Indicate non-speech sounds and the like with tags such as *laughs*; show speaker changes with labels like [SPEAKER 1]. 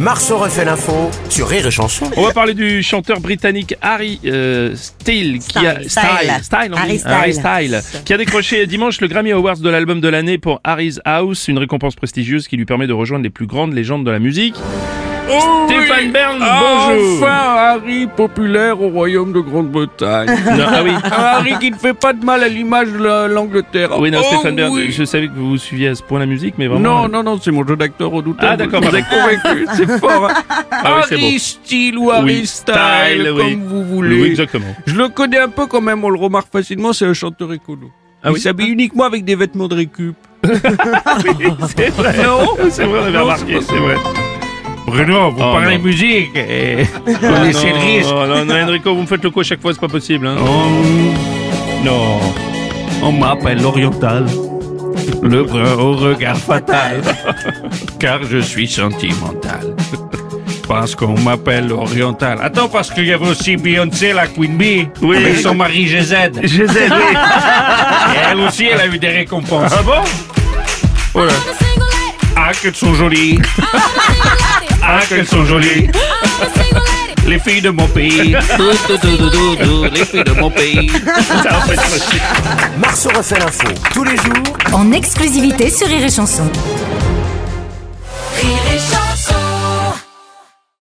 [SPEAKER 1] Marceau refait l'info sur Rire et Chanson.
[SPEAKER 2] On va parler du chanteur britannique Harry euh, Styles, qui a,
[SPEAKER 3] Style.
[SPEAKER 2] Style, on
[SPEAKER 3] Harry
[SPEAKER 2] dit. Harry
[SPEAKER 3] Styles.
[SPEAKER 2] Styles, qui a décroché dimanche le Grammy Awards de l'album de l'année pour Harry's House, une récompense prestigieuse qui lui permet de rejoindre les plus grandes légendes de la musique. Stéphane Bern, bonjour.
[SPEAKER 4] Enfin, Harry populaire au royaume de Grande-Bretagne.
[SPEAKER 2] *laughs* Non, ah oui.
[SPEAKER 4] Un Harry qui ne fait pas de mal à l'image de la- l'Angleterre.
[SPEAKER 2] Oui, non,
[SPEAKER 4] Oh
[SPEAKER 2] Stéphane Bern,
[SPEAKER 4] oui.
[SPEAKER 2] je savais que vous vous suiviez à ce point la musique, mais vraiment. euh,
[SPEAKER 4] Non, non, non, c'est mon jeu d'acteur redoutable.
[SPEAKER 2] Ah, d'accord,
[SPEAKER 4] Vous êtes
[SPEAKER 2] *laughs*
[SPEAKER 4] convaincu, c'est fort. hein.
[SPEAKER 2] Ah oui, c'est
[SPEAKER 4] Harry
[SPEAKER 2] beau.
[SPEAKER 4] Style ou Harry
[SPEAKER 2] Oui,
[SPEAKER 4] Style,
[SPEAKER 2] Style,
[SPEAKER 4] comme
[SPEAKER 2] oui.
[SPEAKER 4] vous voulez.
[SPEAKER 2] Oui, exactement.
[SPEAKER 4] Je le connais un peu quand même, on le remarque facilement, c'est un chanteur écolo.
[SPEAKER 2] Ah
[SPEAKER 4] Il
[SPEAKER 2] oui
[SPEAKER 4] s'habille uniquement avec des vêtements
[SPEAKER 2] *laughs*
[SPEAKER 4] de récup.
[SPEAKER 2] C'est vrai. C'est vrai, on avait remarqué, c'est vrai.
[SPEAKER 5] Bruno, vous
[SPEAKER 2] Oh,
[SPEAKER 5] parlez
[SPEAKER 2] non. Oh,
[SPEAKER 5] musique et vous connaissez le risque.
[SPEAKER 2] Non, non, non, Enrico, vous me faites le coup à chaque fois, c'est pas possible. hein. Non.
[SPEAKER 5] On m'appelle l'Oriental, le brun au regard fatal, car je suis sentimental. Parce qu'on m'appelle l'Oriental. Attends, parce qu'il y avait aussi Beyoncé, la Queen Bee,
[SPEAKER 2] Oui.
[SPEAKER 5] avec son mari GZ. Et
[SPEAKER 2] Je les ai
[SPEAKER 5] *laughs*
[SPEAKER 2] aidés.
[SPEAKER 5] elle aussi, elle a eu des récompenses.
[SPEAKER 2] Ah bon
[SPEAKER 5] Ah, qu'elles sont jolies Ah, qu'elles sont jolies Les filles de mon pays
[SPEAKER 4] les filles de mon pays.
[SPEAKER 1] Marceau refait l'info tous les jours
[SPEAKER 6] en exclusivité sur Rire et Chanson.